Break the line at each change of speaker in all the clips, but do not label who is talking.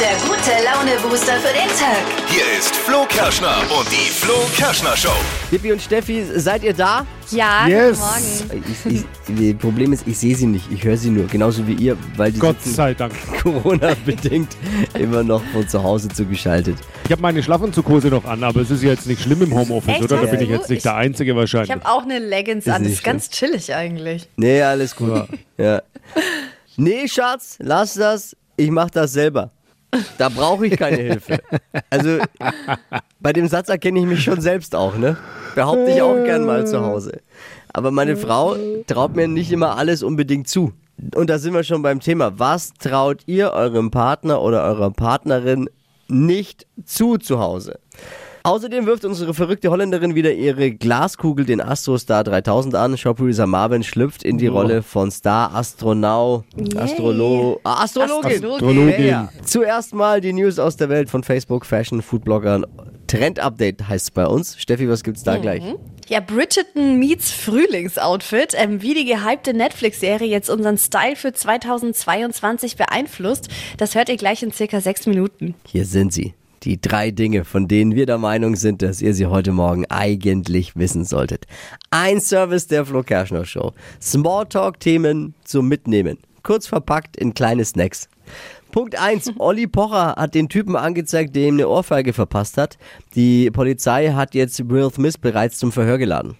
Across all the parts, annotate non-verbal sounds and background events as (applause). der gute Laune-Booster für den Tag.
Hier ist Flo Kerschner und die Flo Kerschner Show.
Dippi und Steffi, seid ihr da?
Ja,
Yes.
guten Morgen.
Ich, ich, das Problem ist, ich sehe sie nicht, ich höre sie nur, genauso wie ihr, weil die
Gott
sitzen
sei Dank.
Corona-bedingt (laughs) immer noch von zu Hause zugeschaltet.
Ich habe meine Schlafanzughose noch an, aber es ist ja jetzt nicht schlimm im Homeoffice,
Echt,
oder? Da
hast
bin ich
du?
jetzt nicht der
Ich-
Einzige
Ich
wahrscheinlich.
habe auch eine Leggings an. Das
nicht
ist ganz chillig eigentlich.
Nee, alles gut. Ja. Nee, Schatz, lass das, ich mach das selber. Da brauche ich keine Hilfe. Also, bei dem Satz erkenne ich mich schon selbst auch, ne? Behaupte ich auch gern mal zu Hause. Aber meine Frau traut mir nicht immer alles unbedingt zu. Und da sind wir schon beim Thema. Was traut ihr eurem Partner oder eurer Partnerin nicht zu zu Hause? Außerdem wirft unsere verrückte Holländerin wieder ihre Glaskugel den Astrostar 3000 an. Shop-Producer Marvin schlüpft in die Rolle von Star, Astronau, Astrolo, ah, Astrologin.
Astrologin.
Astrologin.
Ja, ja. Zuerst mal die News aus der Welt von Facebook, Fashion, Foodbloggern. Trend-Update heißt es bei uns. Steffi, was gibt's da gleich?
Ja, Bridgerton meets Frühlingsoutfit. Ähm, wie die gehypte Netflix-Serie jetzt unseren Style für 2022 beeinflusst, das hört ihr gleich in circa sechs Minuten.
Hier sind sie. Die drei Dinge, von denen wir der Meinung sind, dass ihr sie heute Morgen eigentlich wissen solltet. Ein Service der Flo Kerschner Show. Smalltalk-Themen zum Mitnehmen. Kurz verpackt in kleine Snacks. Punkt 1. Olli Pocher hat den Typen angezeigt, der ihm eine Ohrfeige verpasst hat. Die Polizei hat jetzt Will Smith bereits zum Verhör geladen.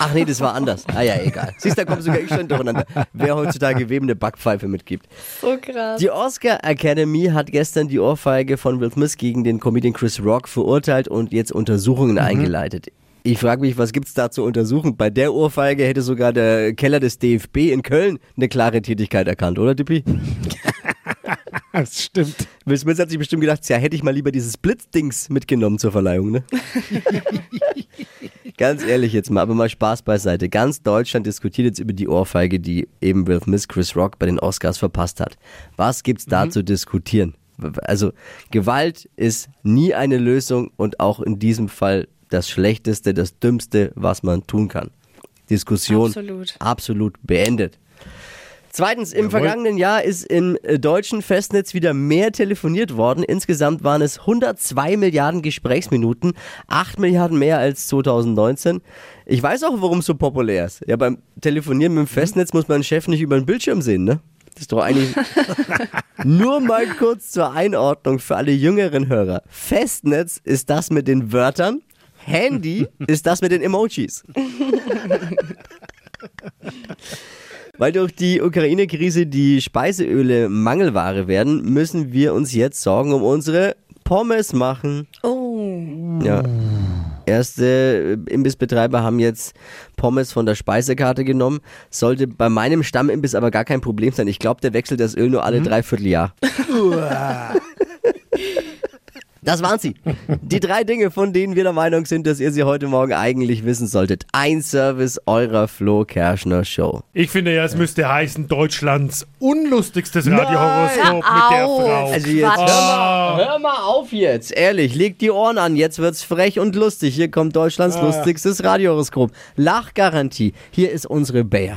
Ach nee, das war anders. Ah ja, egal. Siehst, da kommen sogar ich schon durcheinander. Wer heutzutage wem eine Backpfeife mitgibt.
So krass.
Die Oscar Academy hat gestern die Ohrfeige von Will Smith gegen den Comedian Chris Rock verurteilt und jetzt Untersuchungen eingeleitet. Ich frage mich, was gibt's da zu untersuchen? Bei der Ohrfeige hätte sogar der Keller des DFB in Köln eine klare Tätigkeit erkannt, oder Dippi?
das stimmt.
Will Smith hat sich bestimmt gedacht, ja, hätte ich mal lieber dieses Blitzdings mitgenommen zur Verleihung, ne? Ganz ehrlich jetzt mal, aber mal Spaß beiseite. Ganz Deutschland diskutiert jetzt über die Ohrfeige, die eben Will Smith Chris Rock bei den Oscars verpasst hat. Was gibt's da zu diskutieren? Also, Gewalt ist nie eine Lösung und auch in diesem Fall das Schlechteste, das Dümmste, was man tun kann. Diskussion
Absolut.
absolut beendet. Zweitens, im vergangenen Jahr ist im äh, deutschen Festnetz wieder mehr telefoniert worden. Insgesamt waren es 102 Milliarden Gesprächsminuten, 8 Milliarden mehr als 2019. Ich weiß auch, warum es so populär ist. Ja, beim Telefonieren mit dem Festnetz muss man den Chef nicht über den Bildschirm sehen, ne? Das ist doch eigentlich nur mal kurz zur Einordnung für alle jüngeren Hörer. Festnetz ist das mit den Wörtern, Handy ist das mit den Emojis. Weil durch die Ukraine-Krise die Speiseöle Mangelware werden, müssen wir uns jetzt Sorgen um unsere Pommes machen.
Oh.
Ja. Erste äh, Imbissbetreiber haben jetzt Pommes von der Speisekarte genommen. Sollte bei meinem Stammimbiss aber gar kein Problem sein. Ich glaube, der wechselt das Öl nur alle Dreivierteljahr. Das waren sie. Die drei Dinge, von denen wir der Meinung sind, dass ihr sie heute Morgen eigentlich wissen solltet. Ein Service eurer Flo Kerschner Show.
Ich finde ja, es müsste heißen Deutschlands unlustigstes Radiohoroskop
Hör
mit der
auf.
Frau.
Also jetzt hör
Quatsch.
mal, hör mal auf jetzt, ehrlich, legt die Ohren an, jetzt wird's frech und lustig. Hier kommt Deutschlands lustigstes Radiohoroskop. Lachgarantie. Hier ist unsere Bayer.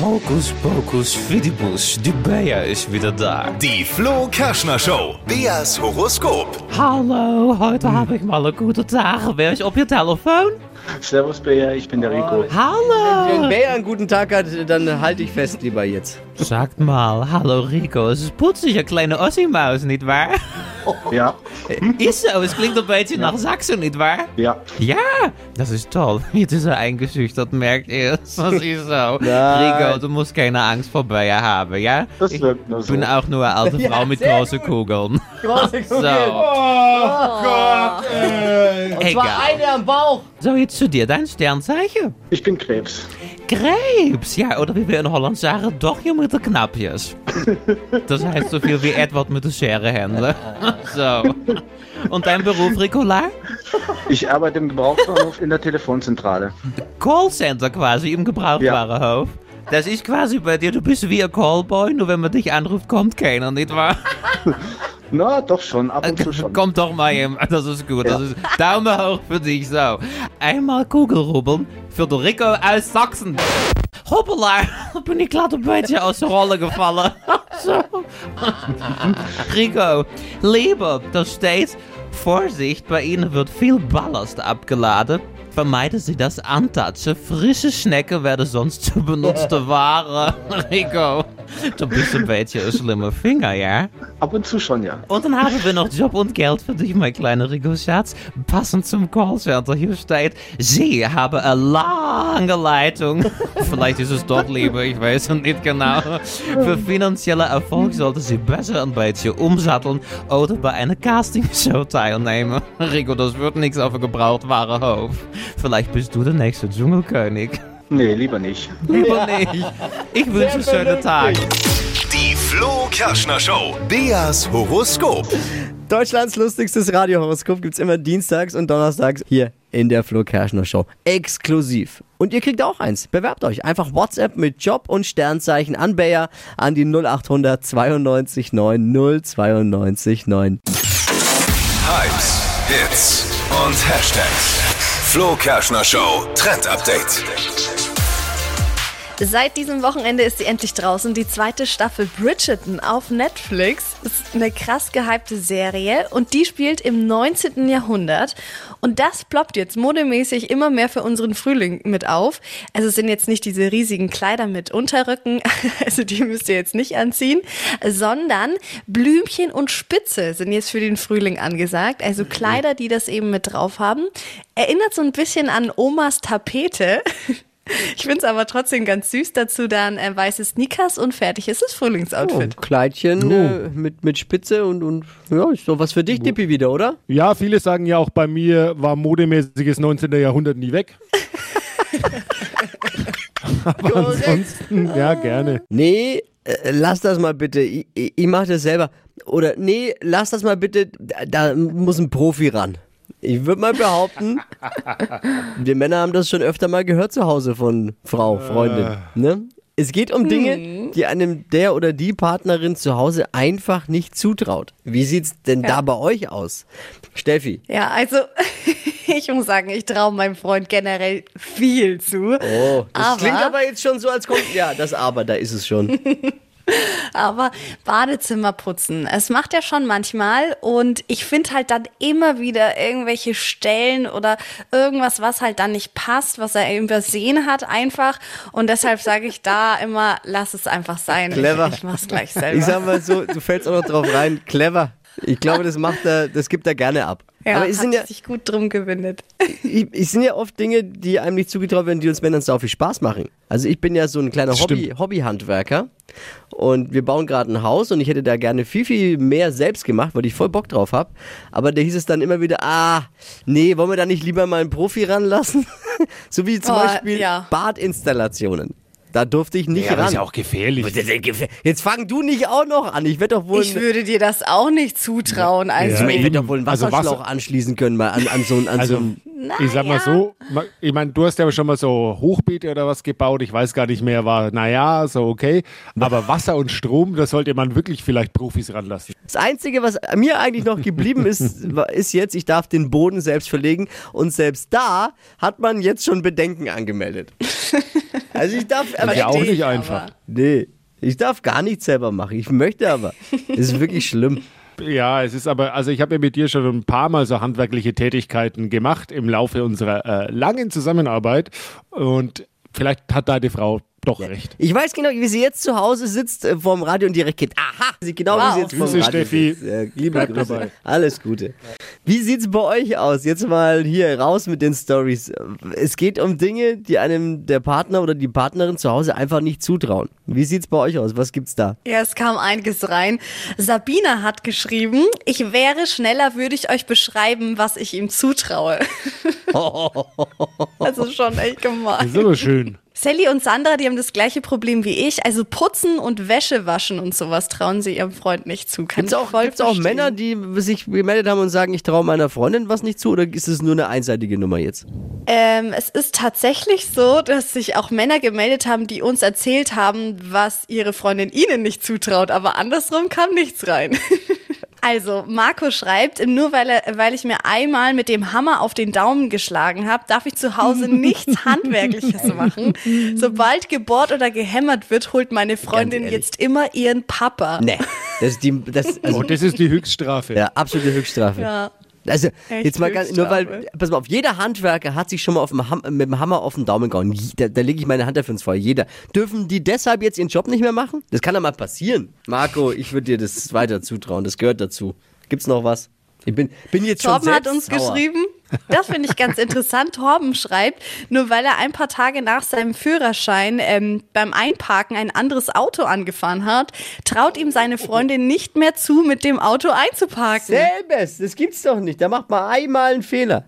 Hokus Pokus Fidibus, die Bayer ist wieder da.
Die Flo Kerschner Show. Beas Horoskop.
Hallo, heute habe ich mal einen guten Tag. Wer ist auf Ihr Telefon?
Servus Bea, ich bin der Rico.
Wenn
Hallo!
Bayer einen guten Tag hat, dann halte ich fest lieber jetzt.
Sagt mal, hallo Rico, es ist putzig, een kleine Ossie-Maus, nietwaar?
Ja,
Is zo, es klingt een beetje naar Saxon, nietwaar?
ja.
Ja, dat is toll. (laughs) Het is een eingezucht, dat merkt ihr. (laughs) Dat is zo. Rico, du musst keine Angst vor Bayer haben, ja?
Das
Ich
wirkt nur so.
bin auch nur eine alte Frau mit großen Kugeln.
Große
So. Oh, Egal.
eine am Bauch.
So, jetzt zu dir, dein Sternzeichen.
Ich bin Krebs.
Krebs. Ja, oder wie wir in Holland sagen, doch je mit den Knappjes. Das heißt so viel wie Edward mit der Schere (laughs) Hände. So. Und dein Beruf, Ricola?
Ich arbeite im Gebrauchsbahnhof in der Telefonzentrale.
Callcenter quasi um im Gebrauchwarenhof. Das ist quasi bei dir, du bist wie ein Callboy, nur wenn man dich anruft, kommt keiner, nicht wahr?
Na, doch schon, ab und zu schon.
Kommt doch mal (laughs) jemand, das ist gut, das ist Daumen hoch für dich, so. Einmal Kugelrubbeln für den (laughs) Rico aus Sachsen. Hoppala, bin ich gerade ein bisschen aus der Rolle gefallen. (laughs) Zo. Rico, lieber, doch steht, Vorsicht, bei Ihnen wird viel Ballast abgeladen. Vermeiden Sie das Antatschen. Frische Schnecken werden sonst zu benutzte Ware. (laughs) Rico, du bist ein beetje een slimme Finger, ja?
Ab und zu schon, ja.
Und dann haben wir noch Job und Geld für dich, mein kleiner Rico-Schatz. Passend zum Callcenter. Hier steht, Sie haben eine lange Leitung. (laughs) Vielleicht ist es dort lieber, ich weiß es nicht genau. Für finanziellen Erfolg sollten Sie besser ein bisschen umsatteln oder bei einer Castingshow teilnehmen. (laughs) Rico, dus das wird nichts auf ein gebraucht wahre Hof. Vielleicht bist du der nächste Dschungelkönig.
Nee, lieber nicht.
Lieber nicht. Ich wünsche einen schönen Tag.
Die Flo Kerschner Show. Beas Horoskop.
Deutschlands lustigstes Radiohoroskop gibt's immer dienstags und donnerstags hier in der Flo Kerschner Show. Exklusiv. Und ihr kriegt auch eins. Bewerbt euch. Einfach WhatsApp mit Job und Sternzeichen an Bayer an die 0800 92 9 092 9.
Hypes, Hits und Hashtags. Flo Kerschner Show Trend Update.
Seit diesem Wochenende ist sie endlich draußen, die zweite Staffel Bridgerton auf Netflix. Das ist eine krass gehypte Serie und die spielt im 19. Jahrhundert. Und das ploppt jetzt modemäßig immer mehr für unseren Frühling mit auf. Also es sind jetzt nicht diese riesigen Kleider mit Unterrücken, (laughs) also die müsst ihr jetzt nicht anziehen, sondern Blümchen und Spitze sind jetzt für den Frühling angesagt. Also Kleider, die das eben mit drauf haben. Erinnert so ein bisschen an Omas Tapete. (laughs) Ich finde es aber trotzdem ganz süß. Dazu dann äh, weiße Sneakers und fertig ist das Frühlingsoutfit.
Oh, Kleidchen äh, mit, mit Spitze und, und ja, ist doch was für dich, Dippi, wieder, oder?
Ja, viele sagen ja auch, bei mir war modemäßiges 19. Jahrhundert nie
(laughs)
weg. (laughs) Aber ansonsten, ja, gerne.
Nee, äh, lass das mal bitte. Ich, ich, ich mach das selber. Oder nee, lass das mal bitte. Da, da muss ein Profi ran. Ich würde mal (laughs) behaupten, wir Männer haben das schon öfter mal gehört zu Hause von Frau, Freundin. Ne? Es geht um Dinge, die einem der oder die Partnerin zu Hause einfach nicht zutraut. Wie sieht's denn da bei euch aus? Steffi,
Ja, also (laughs) ich muss sagen, ich traue meinem Freund generell viel zu.
Oh, das
Aber-
klingt aber jetzt schon so, als kommt. Ja, das aber, da ist es schon.
Aber Badezimmer putzen, es macht er schon manchmal und ich finde halt dann immer wieder irgendwelche Stellen oder irgendwas, was halt dann nicht passt, was er übersehen hat einfach und deshalb sage ich
(laughs)
da immer, lass es einfach sein.
Clever.
Ich, ich mach's gleich selber.
Ich sag mal so, du fällst auch noch drauf rein. Clever. Ich glaube, das macht er, das gibt er gerne ab.
ja,
aber es
es
sind ja,
sich gut drum gewindet.
ich, ich sind ja oft Dinge, die einem nicht zugetraut werden, die uns Männern sau viel Spaß machen. Also ich bin ja so ein kleiner
Das
Hobby, Hobbyhandwerker und wir bauen gerade ein Haus und ich hätte da gerne viel, viel mehr selbst gemacht, weil ich voll Bock drauf habe. Aber da hieß es dann immer wieder, ah, nee, wollen wir da nicht lieber mal einen Profi ranlassen? (laughs) so wie zum
Oh,
Beispiel
ja.
Badinstallationen. Da durfte ich nicht ran.
gefährlich.
Jetzt fang du nicht auch noch an. Ich werde doch wohl
Ich würde dir das auch nicht zutrauen. Also
ich
eben.
hätte doch wohl einen
Also
Wasserschlauch
Wasser-
anschließen können, mal an, an so einen. An so
Also,
einen-
ich sag mal so, ma- ich meine, du hast ja schon mal so Hochbeete oder was gebaut, ich weiß gar nicht mehr, war, naja, so okay. Aber Wasser und Strom, das sollte man wirklich vielleicht Profis ranlassen.
das Einzige, was mir eigentlich noch geblieben ist,
(laughs)
war- ist jetzt, ich darf den Boden selbst verlegen. Und selbst da hat man jetzt schon Bedenken angemeldet. Also ich darf.
Das ist (laughs) ja auch
Verstehe ich
nicht
aber.
einfach.
nee, ich darf gar nichts selber machen. Ich möchte aber. Es ist wirklich schlimm.
Ja, es ist aber, also ich habe ja mit dir schon ein paar Mal so handwerkliche Tätigkeiten gemacht im Laufe unserer äh, langen Zusammenarbeit und vielleicht hat deine Frau doch recht.
Ich weiß genau, wie sie jetzt zu Hause sitzt äh, vorm Radio und direkt geht. Aha! Sie genau wie
Wow.
sie jetzt vorm
Grüße,
Radio
Steffi.
sitzt. Äh, liebe
Bleib
Grüße.
dabei.
Alles Gute. Wie sieht's bei euch aus? Jetzt mal hier raus mit den Stories. Es geht um Dinge, die einem der Partner oder die Partnerin zu Hause einfach nicht zutrauen. Wie sieht's bei euch aus? Was gibt's da?
(laughs) Ja, es kam einiges rein. Sabina hat geschrieben, ich wäre schneller, würde ich euch beschreiben, was ich ihm
(laughs)
zutraue. das ist schon echt
Das ist
gemein.
aber (laughs) schön.
Sally und Sandra, die haben das gleiche Problem wie ich. Also putzen und Wäsche waschen und sowas trauen sie ihrem Freund nicht zu. Kann
Gibt's
ich
auch,
voll
gibt's auch
verstehen.
Männer, die sich gemeldet haben und sagen, ich traue meiner Freundin was nicht zu? Oder ist es nur eine einseitige Nummer jetzt?
Ähm, es ist tatsächlich so, dass sich auch Männer gemeldet haben, die uns erzählt haben, was ihre Freundin ihnen nicht zutraut. Aber andersrum kam nichts rein. (laughs) Also, Marco schreibt, nur weil, er, weil ich mir einmal mit dem Hammer auf den Daumen geschlagen habe, darf ich zu Hause nichts Handwerkliches machen. Sobald gebohrt oder gehämmert wird, holt meine Freundin
ehrlich.
jetzt immer ihren Papa.
Nee, das ist die,
(laughs)
das, also,
Oh, das ist die Höchststrafe.
ja, absolute Höchststrafe.
Ja.
Also,
Echt
jetzt mal ganz, nur weil,
Höchststrafe.
pass mal auf, jeder Handwerker hat sich schon mal auf dem Ham, mit dem Hammer auf den Daumen gehauen. Je- Da, da lege ich meine Hand dafür ins Feuer. Jeder. Dürfen die deshalb jetzt ihren Job nicht mehr machen? Das kann doch mal passieren. Marco, ich würde dir das weiter zutrauen. Das gehört dazu. Gibt's noch was? Ich bin, bin jetzt schon
Torben
selbst
hat uns
sauer.
geschrieben. Das finde ich ganz interessant. Torben schreibt, nur weil er ein paar Tage nach seinem Führerschein ähm, beim Einparken ein anderes Auto angefahren hat, traut ihm seine Freundin nicht mehr zu, mit dem Auto einzuparken.
Selbes, das gibt's doch nicht. Da macht man einmal einen Fehler.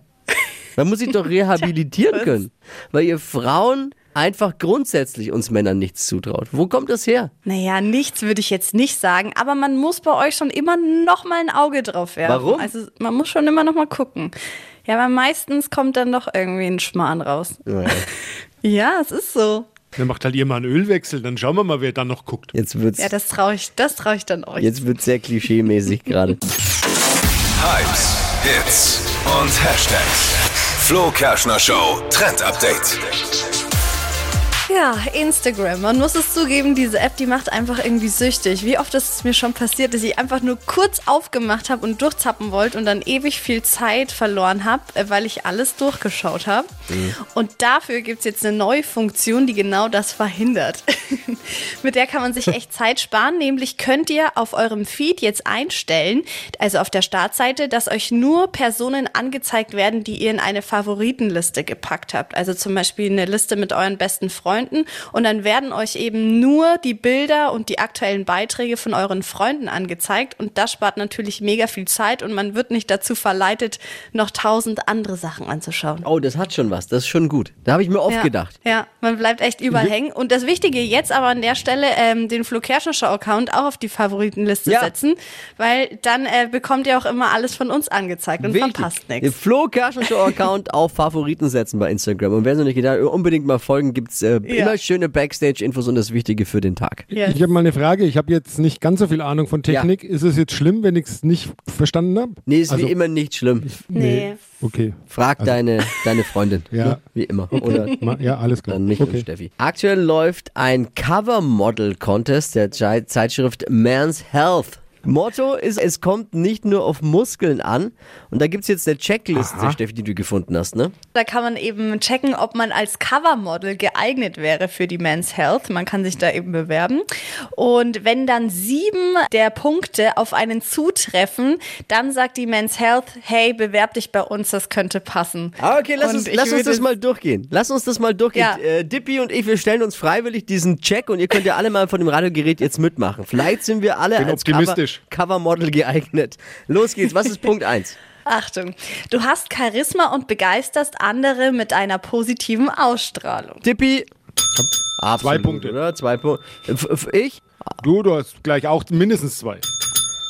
Man muss sich doch
(laughs)
rehabilitieren können. Weil ihr Frauen einfach grundsätzlich uns Männern nichts zutraut. Wo kommt das her?
Naja, nichts würde ich jetzt nicht sagen, aber man muss bei euch schon immer noch mal ein Auge drauf werfen.
Warum?
Also man muss schon immer noch mal gucken. Ja, aber meistens kommt dann doch irgendwie ein Schmarrn raus. Ja, es ist so.
Dann macht halt ihr mal einen Ölwechsel, dann schauen wir mal, wer dann noch guckt.
Jetzt wird's,
Ja, das traue ich, das traue ich dann euch.
jetzt wird's sehr klischeemäßig gerade.
Hypes, Hits und Hashtags. Flo Kerschner Show Trend Update.
Ja, Instagram. Man muss es zugeben, diese App, die macht einfach irgendwie süchtig. Wie oft ist es mir schon passiert, dass ich einfach nur kurz aufgemacht habe und durchzappen wollte und dann ewig viel Zeit verloren habe, äh, weil ich alles durchgeschaut habe. Und dafür gibt's jetzt eine neue Funktion, die genau das verhindert. (laughs) Mit der kann man sich echt Zeit sparen. Nämlich könnt ihr auf eurem Feed jetzt einstellen, also auf der Startseite, dass euch nur Personen angezeigt werden, die ihr in eine Favoritenliste gepackt habt. Also zum Beispiel eine Liste mit euren besten Freunden. Und dann werden euch eben nur die Bilder und die aktuellen Beiträge von euren Freunden angezeigt. Und das spart natürlich mega viel Zeit und man wird nicht dazu verleitet, noch tausend andere Sachen anzuschauen.
(laughs) Oh, das hat schon was. Das ist schon gut. Da habe ich mir oft
Ja,
gedacht. Mhm.
Ja, man bleibt echt überall hängen. Und das Wichtige jetzt aber an der Stelle, ähm, den Flo Kerschner-Show-Account auch auf die Favoritenliste
Ja.
setzen, weil dann äh, bekommt ihr auch immer alles von uns angezeigt und verpasst
Den
nichts.
Flo Kerschner Show (laughs) Account auf Favoriten setzen bei Instagram. Und wer es noch nicht getan hat, unbedingt mal folgen. Gibt's äh, immer schöne Backstage-Infos und das Wichtige für den Tag.
Yes.
Ich habe mal eine Frage. Ich habe jetzt nicht ganz so viel Ahnung von Technik. Ist es jetzt schlimm, wenn ich es nicht verstanden habe?
Nee, ist
Also-
wie immer nicht schlimm.
Nee.
Okay.
Frag
(laughs)
deine, deine Freundin.
Ja.
Ne? Wie immer. Oder
Ma- Ja, alles klar.
Dann mich und
okay.
Steffi. Aktuell läuft ein Cover-Model-Contest der Zei- Zeitschrift Man's Health. Motto ist, es kommt nicht nur auf Muskeln an. Und da gibt's jetzt eine Checkliste, Steffi, die du gefunden hast, ne?
Da kann man eben checken, ob man als Covermodel geeignet wäre für die Men's Health. Man kann sich da eben bewerben. Und wenn dann sieben der Punkte auf einen zutreffen, dann sagt die Men's Health, hey, bewerb dich bei uns, das könnte passen.
Ah, Okay, lass,
Und
uns,
ich
lass uns
würde-
das mal durchgehen. Lass uns das mal durchgehen.
Ja.
Äh, Dippy und ich, wir stellen uns freiwillig diesen Check und ihr könnt ja alle mal von dem Radiogerät jetzt mitmachen. Vielleicht sind wir alle
Bin
als
optimistisch.
Cover- Covermodel geeignet. Los geht's. Was ist Punkt 1?
Achtung, du hast Charisma und begeisterst andere mit einer positiven Ausstrahlung.
Dippy. Absolut,
Punkte.
Oder? Zwei Punkte. F- f- Ich?
Du, du hast gleich auch mindestens zwei.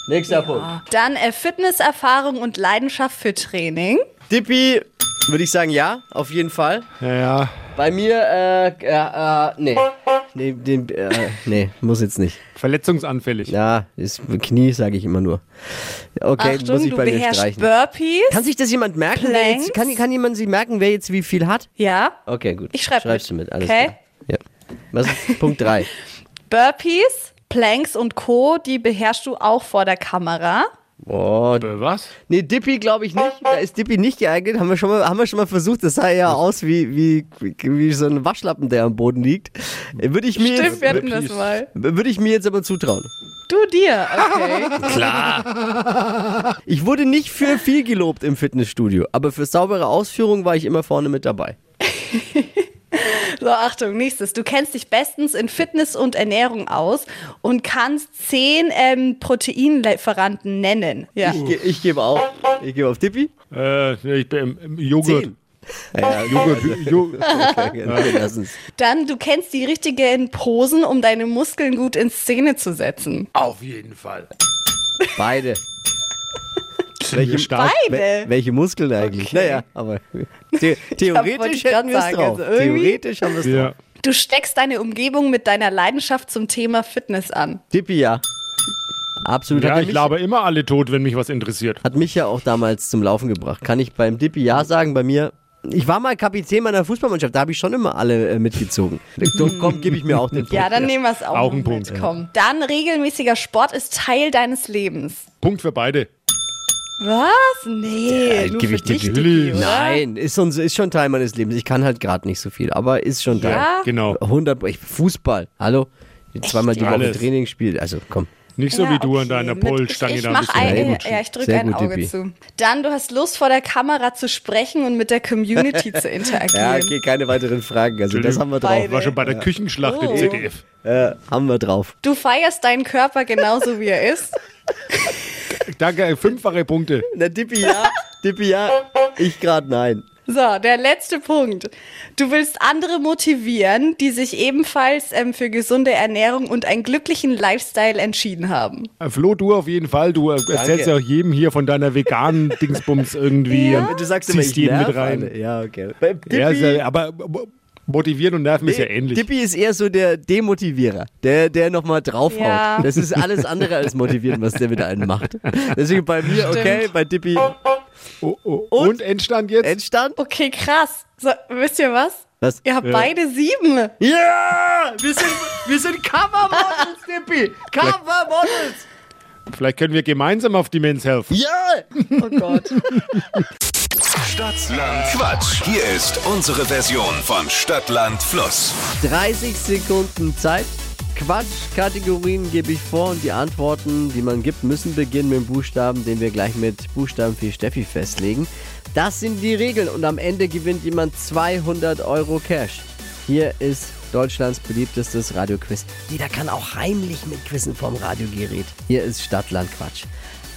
Nächster Punkt.
Dann äh, Fitnesserfahrung und Leidenschaft für Training.
Dippy, würde ich sagen, ja, auf jeden Fall.
Ja, ja.
Bei mir, äh, äh, äh nee. Nee, den, äh, nee, muss jetzt nicht.
Verletzungsanfällig.
Ja, ist Knie, sage ich immer nur. Okay, muss
Achtung,
ich
du
bei mir
beherrschst
streichen.
Burpees.
Kann sich das jemand merken? wer
Planks?
Jetzt, kann, kann jemand sich merken, wer jetzt wie viel hat?
Ja,
Okay, gut.
Ich schreib mit.
Schreibst du mit, alles
Okay.
klar. Ja. Was ist
(laughs)
Punkt 3?
Burpees, Planks und Co., die beherrschst du auch vor der Kamera.
Oh,
Äh, Was?
nee, Dippy glaube ich nicht. Da ist Dippy nicht geeignet. Haben wir schon mal, haben wir schon mal versucht. Das sah ja aus wie, wie, wie so ein Waschlappen, der am Boden liegt. Äh, Würde ich mir
Stimmt,
jetzt,
wir hatten das
Burpees.
mal.
würde ich mir jetzt aber zutrauen.
Du dir,
(laughs)
okay.
Ich wurde nicht für viel gelobt im Fitnessstudio, aber für saubere Ausführung war ich immer vorne mit dabei.
So, Achtung, nächstes. Du kennst dich bestens in Fitness und Ernährung aus und kannst zehn ähm, Proteinlieferanten nennen. Ja.
Ich, ge ich gebe auf. Ich gebe auf Tippi.
Äh, ich bin im Joghurt.
Zehn. (laughs) Ja,
Joghurt, Joghurt.
okay, wir lassen's.
Dann, du kennst die richtigen Posen, um deine Muskeln gut in Szene zu setzen.
Auf jeden Fall.
Beide.
Welche Stark?
Beide.
Wel- Welche Muskeln eigentlich? Naja, aber the
wollte
theoretisch
ich grad
hätten wir es
sagen,
drauf.
also irgendwie-
theoretisch haben wir es drauf.
Ja.
Du steckst deine Umgebung mit deiner Leidenschaft zum Thema Fitness an.
Tippi, ja. Absolut.
Ja,
hat,
ich
mich,
laber immer alle tot, wenn mich was interessiert.
hat mich ja auch damals zum Laufen gebracht. Kann ich beim Dippi ja sagen, bei mir. Ich war mal Kapitän meiner Fußballmannschaft, da habe ich schon immer alle äh, mitgezogen. Doch, komm, gebe ich mir auch den
(laughs)
Punkt.
Ja, dann nehmen wir es auch,
Auch
noch
ein
mit.
Punkt, ja.
Komm. Dann regelmäßiger Sport ist Teil deines Lebens.
Punkt für beide.
Was? Nee, nur
geb
für
ich dir
dich,
die
Digi,
Lü.
oder?
Nein, ist schon, ist schon Teil meines Lebens. Ich kann halt gerade nicht so viel, aber ist schon Teil.
Ja?
Genau.
100, ich, Fußball, hallo? Zweimal die Woche
Alles.
Training spielt, also komm.
Nicht so
Ja,
wie du
okay.
an deiner
Mit-
Polstange
Ich,
da
ich
ein
mach
bisschen.
Sehr
ein,
gut.
ja, ich drücke
Sehr
ein
gut,
Auge
Dippi.
zu. Dann, du hast Lust, vor der Kamera zu sprechen und mit der Community zu interagieren.
Ja, okay, keine weiteren Fragen. Also das haben wir drauf.
Beide.
War schon bei der Küchenschlacht
Oh.
im ZDF.
Äh, haben wir drauf.
Du feierst deinen Körper genauso, wie er ist.
Danke, fünffache Punkte.
Na, Dippi ja, Dippi ja, ich gerade nein.
So, der letzte Punkt. Du willst andere motivieren, die sich ebenfalls ähm, für gesunde Ernährung und einen glücklichen Lifestyle entschieden haben.
Äh, Flo, du auf jeden Fall. Du äh, erzählst ja auch jedem hier von
(laughs)
deiner veganen Dingsbums irgendwie.
Ja.
und
Du sagst immer,
ziehst
ich
jeden
nerv
mit rein.
alle. Ja, okay. Bei Dippi,
Ja, ist ja, aber mo- motivieren und nerven ist ja ähnlich.
Dippi ist eher so der Demotivierer, der, der nochmal draufhaut.
Ja.
Das ist alles andere als motivieren, was der mit einem macht. Deswegen bei mir, okay, bei Dippi
Oh, oh. Und, Endstand jetzt?
Endstand.
Okay, krass. So, wisst ihr was?
Was?
Ihr habt beide sieben.
Ah!
Ja! Wir sind, wir sind Covermodels, Dippi! Covermodels!
Vielleicht können wir gemeinsam auf die Men's Health.
Ja!
Oh Gott.
Stadtland Quatsch. Hier ist unsere Version von Stadtland Fluss.
30 Sekunden Zeit. Quatschkategorien gebe ich vor und die Antworten, die man gibt, müssen beginnen mit dem Buchstaben, den wir gleich mit Buchstaben für Steffi festlegen. Das sind die Regeln und am Ende gewinnt jemand 200 Euro Cash. Hier ist Deutschlands beliebtestes Radioquiz. Jeder kann auch heimlich mit Quizzen vom Radiogerät. Hier ist Stadtland Quatsch.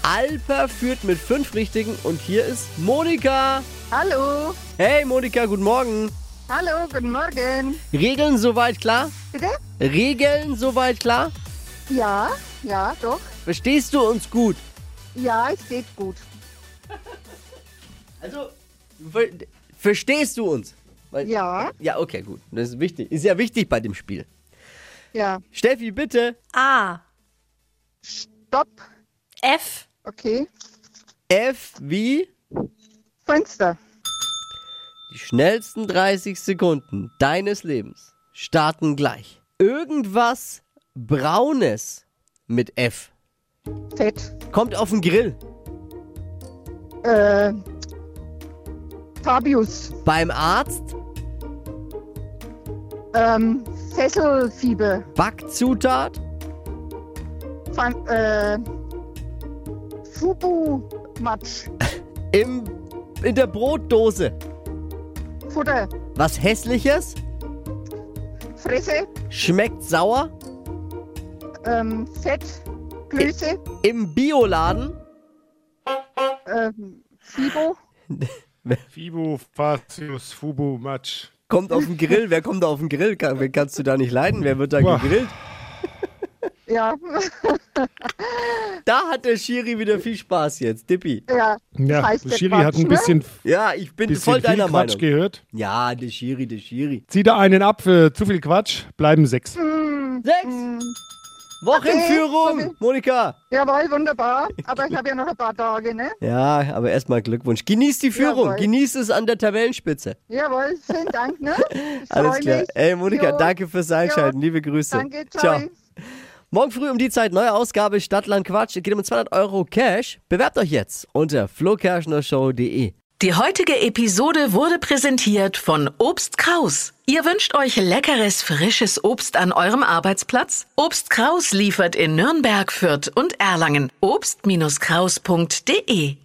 Alper führt mit fünf Richtigen und hier ist Monika.
Hallo,
Hey Monika, guten Morgen.
hallo, guten Morgen.
Regeln soweit klar?
Bitte?
Regeln soweit klar?
Ja, ja, doch.
Verstehst du uns gut?
Ja, es geht gut.
Also, ver verstehst du uns? Weil-
Ja,
Ja, okay, gut. Das ist wichtig. Ist ja wichtig bei dem Spiel.
ja.
Steffi, bitte.
A.
Stopp.
F.
Okay.
F wie
Fenster.
die schnellsten 30 Sekunden deines Lebens starten gleich. Irgendwas Braunes mit F
Fett.
kommt auf den Grill
Äh, Fabius.
beim Arzt,
Ähm, Sesselfieber.
Backzutat,
Fan, äh, Fubu-Matsch.
im, in der Brotdose.
Futter.
Was Hässliches,
Fresse.
schmeckt sauer,
Ähm, Fett. Größe.
im Bioladen.
Ähm, Fibo.
Fibo, Facius, Fubu, Matsch.
Kommt auf den Grill. Wer kommt da auf den Grill? Kann, wen kannst du da nicht leiden? Wer wird da
Boah.
gegrillt?
Ja, (laughs)
Da hat der Schiri wieder viel Spaß jetzt, Dippi.
ja.
Ja,
Scheiß der
Schiri
Quatsch,
hat ein
ne?
bisschen,
Ja, ich bin
bisschen
voll
viel
deiner
Quatsch
Meinung.
gehört.
Ja, der Schiri, der Schiri.
Zieh da einen ab für zu viel Quatsch, bleiben sechs.
Sechs. Wochenführung,
okay.
Monika.
Jawohl, wunderbar. Aber ich habe ja noch ein paar Tage, ne?
Ja, aber erstmal Glückwunsch. Genieß die Führung.
Jawohl.
Genieß es an der Tabellenspitze.
Jawohl, vielen Dank, ne? Ich
Alles
freu
klar.
mich.
Ey, Monika,
Jo,
danke fürs Einschalten.
jo.
Liebe Grüße.
Danke, ciao.
Morgen früh um die Zeit, neue Ausgabe Stadtland Quatsch. Geht um 200 Euro Cash. Bewerbt euch jetzt unter flokerschnershow.de.
Die heutige Episode wurde präsentiert von Obst Kraus. Ihr wünscht euch leckeres, frisches Obst an eurem Arbeitsplatz? Obst Kraus liefert in Nürnberg, Fürth und Erlangen. Obst-Kraus.de